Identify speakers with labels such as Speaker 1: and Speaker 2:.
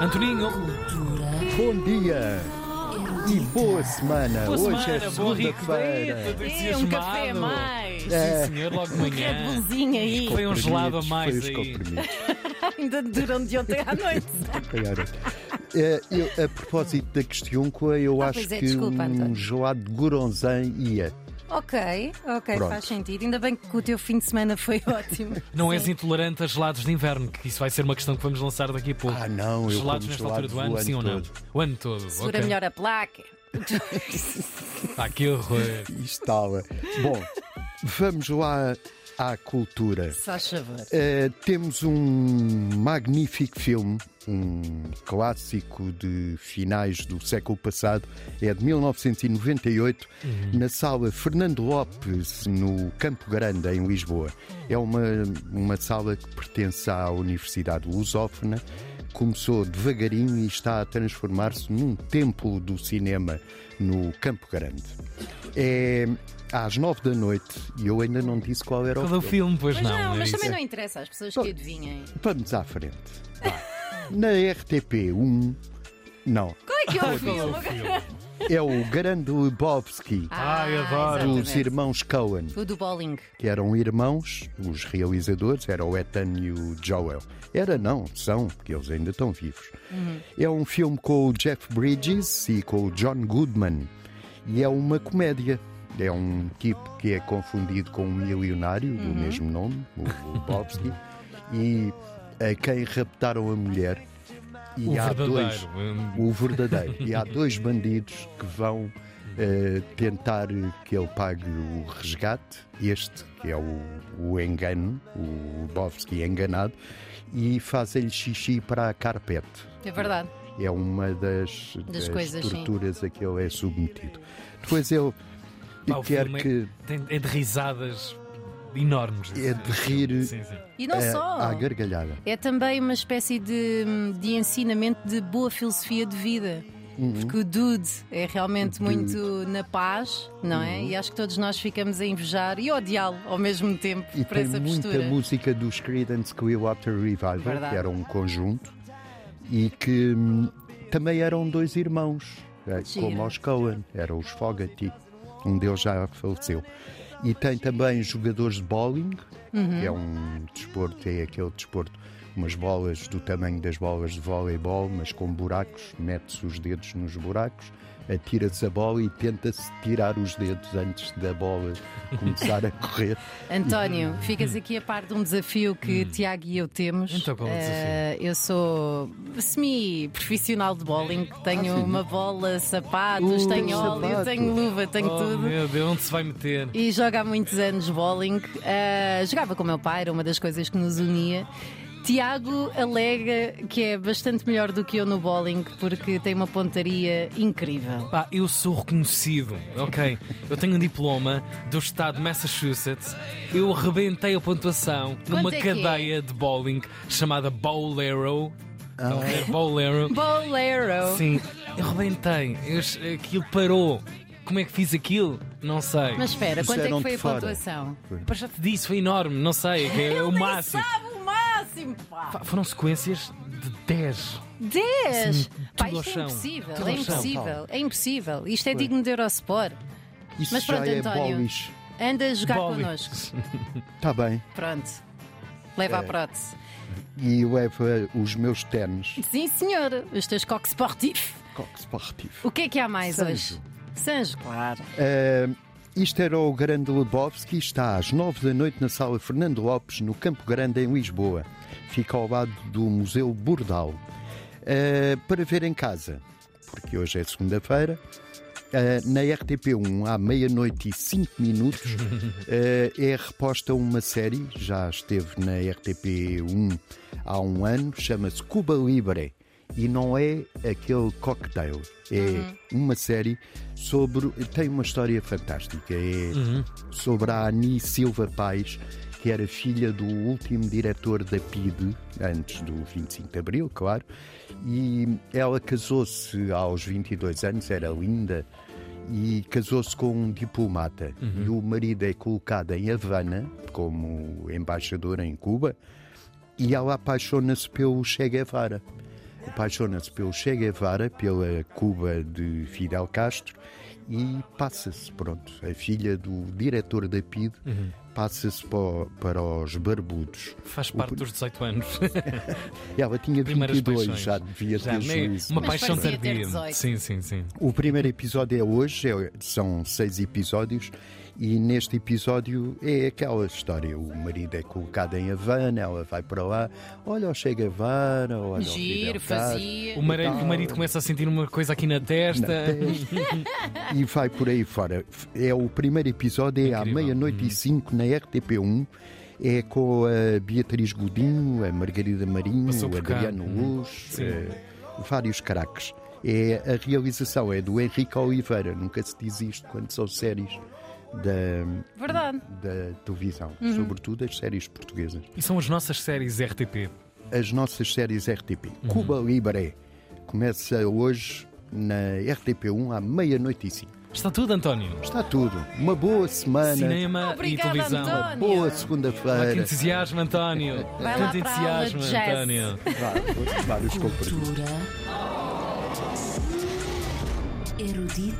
Speaker 1: Antoninho,
Speaker 2: Bom dia e boa semana.
Speaker 1: boa
Speaker 2: Hoje
Speaker 1: semana,
Speaker 2: é
Speaker 1: boa riqueza,
Speaker 2: segunda-feira. É.
Speaker 1: estou
Speaker 3: É, um café a
Speaker 1: entusiasmado.
Speaker 3: mais.
Speaker 1: Sim, senhor, logo de
Speaker 3: Red
Speaker 1: manhã.
Speaker 3: Bullzinho aí.
Speaker 1: Foi um gelado a mais
Speaker 2: Foi os
Speaker 1: aí.
Speaker 2: comprimidos.
Speaker 3: Ainda duram de ontem à noite.
Speaker 2: Foi a hora. Eh, eu, a propósito da questioncula, eu
Speaker 3: Ah,
Speaker 2: acho
Speaker 3: pois é,
Speaker 2: que
Speaker 3: desculpa,
Speaker 2: um
Speaker 3: António.
Speaker 2: gelado de goronzã ia.
Speaker 3: ok, ok,
Speaker 2: Pronto.
Speaker 3: faz sentido. Ainda bem que o teu fim de semana foi ótimo.
Speaker 1: Não és intolerante a gelados de inverno, que isso vai ser uma questão que vamos lançar daqui a pouco.
Speaker 2: Ah, não, eu
Speaker 1: gelados
Speaker 2: como
Speaker 1: nesta altura
Speaker 2: gelados
Speaker 1: do ano,
Speaker 2: o
Speaker 1: sim ou
Speaker 2: ano
Speaker 1: não?
Speaker 2: todo.
Speaker 1: O ano todo.
Speaker 3: Segura
Speaker 1: ok.
Speaker 3: melhor a placa.
Speaker 1: Ah, que horror.
Speaker 2: Estava. Bom, vamos lá à cultura.
Speaker 3: Se faz favor.
Speaker 2: Eh, temos um magnífico filme, um clássico de finais do século passado, é de 1998, na sala Fernando Lopes, no Campo Grande, em Lisboa. É uma, uma sala que pertence à Universidade Lusófona, começou devagarinho e está a transformar-se num templo do cinema no Campo Grande. É às nove da noite, e eu ainda não disse qual era
Speaker 1: Todo o
Speaker 2: o
Speaker 1: filme,
Speaker 2: filme.
Speaker 1: pois
Speaker 3: Mas
Speaker 1: não.
Speaker 3: não,
Speaker 1: é
Speaker 3: mas
Speaker 1: isso.
Speaker 3: também não interessa às pessoas que adivinhem.
Speaker 2: Vamos à frente. Vá. Na RTP1, não,
Speaker 3: Qual é que é o
Speaker 1: Todo o
Speaker 3: filme?
Speaker 1: filme.
Speaker 2: é o Grande Lebowski
Speaker 1: Ai, adoro.
Speaker 2: dos
Speaker 3: Ah, exatamente.
Speaker 2: irmãos Cohen,
Speaker 3: O do bowling.
Speaker 2: que eram irmãos, os realizadores, era o Ethan e o Joel. Era não, são, porque eles ainda estão vivos. É um filme com o Jeff Bridges e com o John Goodman. E é uma comédia. É um tipo que é confundido com um milionário do mesmo nome, o Lebowski, e a quem raptaram a mulher. E
Speaker 1: O
Speaker 2: há
Speaker 1: verdadeiro.
Speaker 2: dois,
Speaker 1: hum,
Speaker 2: o verdadeiro. E há dois bandidos que vão eh, tentar eh, que ele pague o resgate, este que é o, o engano, o Bovski enganado, e fazem-lhe xixi para a carpete.
Speaker 3: É verdade.
Speaker 2: É uma das,
Speaker 3: Das coisas, sim.
Speaker 2: torturas a que ele é submetido. Depois ele
Speaker 1: pá, o
Speaker 2: quer
Speaker 1: filme é-
Speaker 2: que
Speaker 1: tem- É de risadas enormes.
Speaker 2: é de rir
Speaker 1: Sim, sim.
Speaker 3: E não
Speaker 2: eh,
Speaker 3: só.
Speaker 2: à gargalhada.
Speaker 3: É também uma espécie de, de ensinamento de boa filosofia de vida.
Speaker 2: Uhum.
Speaker 3: Porque o dude é realmente muito na paz, não é?
Speaker 2: Uhum.
Speaker 3: E acho que todos nós ficamos a invejar e a odiá-lo ao mesmo tempo
Speaker 2: E
Speaker 3: por
Speaker 2: tem
Speaker 3: essa
Speaker 2: muita
Speaker 3: postura.
Speaker 2: música dos Creedence Clearwater Revival,
Speaker 3: Verdade.
Speaker 2: que era um conjunto, e que hum, também eram dois irmãos, eh,
Speaker 3: Giro.
Speaker 2: como os Cohen, eram os Fogarty, um deles já faleceu. E tem também jogadores de bowling,
Speaker 3: Uhum.
Speaker 2: que é um desporto, é aquele desporto, umas bolas do tamanho das bolas de voleibol, mas com buracos, mete-se os dedos nos buracos, atira-se a bola e tenta-se tirar os dedos antes da bola começar a correr.
Speaker 3: António,
Speaker 2: Uhum.
Speaker 3: ficas aqui a par de um desafio que Tiago e eu temos.
Speaker 1: Então, qual é o
Speaker 3: Eh, eu sou semi-profissional de
Speaker 1: Ah,
Speaker 3: bowling, tenho uma bola, sapatos,
Speaker 2: Ui,
Speaker 3: tenho óleo,
Speaker 2: Uh, sapatos.
Speaker 3: tenho luva, tenho
Speaker 1: Oh,
Speaker 3: tudo.
Speaker 1: meu Deus, onde se vai meter?
Speaker 3: E joga há muitos anos bowling. Ah, jogava com o meu pai, era uma das coisas que nos unia. Tiago alega que é bastante melhor do que eu no bowling porque tem uma pontaria incrível.
Speaker 1: Pá, eu sou reconhecido, ok? Eu tenho um diploma do estado de Massachusetts. Eu arrebentei a pontuação numa
Speaker 3: é que é?
Speaker 1: cadeia de bowling chamada Bowlero. Estão a ver? Bowlero.
Speaker 3: Bolero!
Speaker 1: Sim, eu arrebentei. Eu- aquilo parou. Como é que fiz aquilo? Não sei.
Speaker 3: Mas espera, quanto é que
Speaker 1: um
Speaker 2: Puseram-te
Speaker 3: foi a
Speaker 2: fora.
Speaker 3: pontuação?
Speaker 1: Mas já te disse, foi enorme. Não sei, que é o
Speaker 3: Nem
Speaker 1: máximo.
Speaker 3: Sabe o máximo, pá!
Speaker 1: Pá, Foram sequências de 10.
Speaker 3: 10! Pá,
Speaker 1: tudo ao
Speaker 3: isto é
Speaker 1: chão.
Speaker 3: impossível,
Speaker 1: Tudo
Speaker 3: é
Speaker 1: ao chão,
Speaker 3: impossível, é impossível. Isto é digno de Eurosport.
Speaker 2: Isso
Speaker 3: Mas pronto,
Speaker 2: já é
Speaker 3: António.
Speaker 2: bolis.
Speaker 3: Anda a jogar
Speaker 1: Bowling.
Speaker 3: connosco.
Speaker 2: Está bem.
Speaker 3: Pronto. Leva
Speaker 1: É.
Speaker 3: à prótese.
Speaker 2: E leva os meus ténis.
Speaker 3: Sim, senhor, os teus coques esportivos.
Speaker 2: Coque Sportivo.
Speaker 3: O que é que há mais
Speaker 2: Sanjo.
Speaker 3: hoje? Sanjo, claro.
Speaker 2: Ah, isto era o Grande Lebowski. Está às nove da noite na sala Fernando Lopes, no Campo Grande, em Lisboa. Fica ao lado do Museu Bordal. Ah, para ver em casa, porque hoje é segunda-feira. ah, na RTP1, à meia-noite e cinco minutos, ah, é reposta uma série, já esteve na RTP1 há um ano, chama-se Cuba Libre. E não é aquele cocktail, é uma série sobre. tem uma história fantástica. É sobre a Ani Silva Paz, que era filha do último diretor da PIDE, antes do 25 de Abril, claro, e ela casou-se aos 22 anos, era linda, e casou-se com um diplomata.
Speaker 1: Uhum.
Speaker 2: E o marido é colocado em Havana, como embaixador em Cuba, e ela apaixona-se pelo Che Guevara. apaixona-se pelo Che Guevara, pela Cuba de Fidel Castro e passa-se, pronto, a filha do diretor da PID
Speaker 1: Uhum.
Speaker 2: passa-se para, o- para os barbudos.
Speaker 1: Faz parte dos 18 anos.
Speaker 2: Ela tinha
Speaker 1: Primeiras
Speaker 2: 22,
Speaker 1: paixões.
Speaker 2: já devia
Speaker 1: Já, é
Speaker 2: ter
Speaker 1: meio-
Speaker 2: juízo.
Speaker 1: uma
Speaker 3: Mas
Speaker 1: paixão
Speaker 3: parecia ter
Speaker 1: tardia.
Speaker 3: 18.
Speaker 1: Sim, sim, sim.
Speaker 2: O primeiro episódio é hoje, é- são seis episódios, e neste episódio é aquela história: o marido é colocado em Havana, ela vai para lá, olha o Che Guevara, olha o Fidel
Speaker 3: Giro,
Speaker 2: Castro. Então,
Speaker 1: O
Speaker 3: fazia.
Speaker 1: marido, o marido começa a sentir uma coisa aqui na testa.
Speaker 2: e vai por aí fora. É o primeiro episódio, é à
Speaker 1: Incrível. Hum.
Speaker 2: meia-noite e cinco na RTP1. É com a Beatriz Godinho, a Margarida Marinho,
Speaker 1: Passou
Speaker 2: o
Speaker 1: por cá.
Speaker 2: Adriano
Speaker 1: Uhum.
Speaker 2: Luz,
Speaker 1: Sim.
Speaker 2: eh, vários craques. É, a realização é do Henrique Oliveira, nunca se diz isto quando são séries da,
Speaker 3: Verdade.
Speaker 2: da televisão, sobretudo as séries portuguesas.
Speaker 1: E são as nossas séries RTP.
Speaker 2: As nossas séries RTP.
Speaker 1: Uhum.
Speaker 2: Cuba Libre começa hoje na RTP1 à meia-noite e cinco.
Speaker 1: Está tudo, António.
Speaker 2: Está tudo. Uma boa semana.
Speaker 1: Cinema e
Speaker 3: Obrigada,
Speaker 1: televisão.
Speaker 2: Uma boa
Speaker 1: Ah, que
Speaker 2: segunda-feira.
Speaker 1: entusiasmo, António.
Speaker 3: Vai lá
Speaker 1: Tanto
Speaker 3: para a aula de
Speaker 1: entusiasmo,
Speaker 3: jazz.
Speaker 1: António.
Speaker 2: Vá, vou tomar os compromissos.
Speaker 4: Erudita.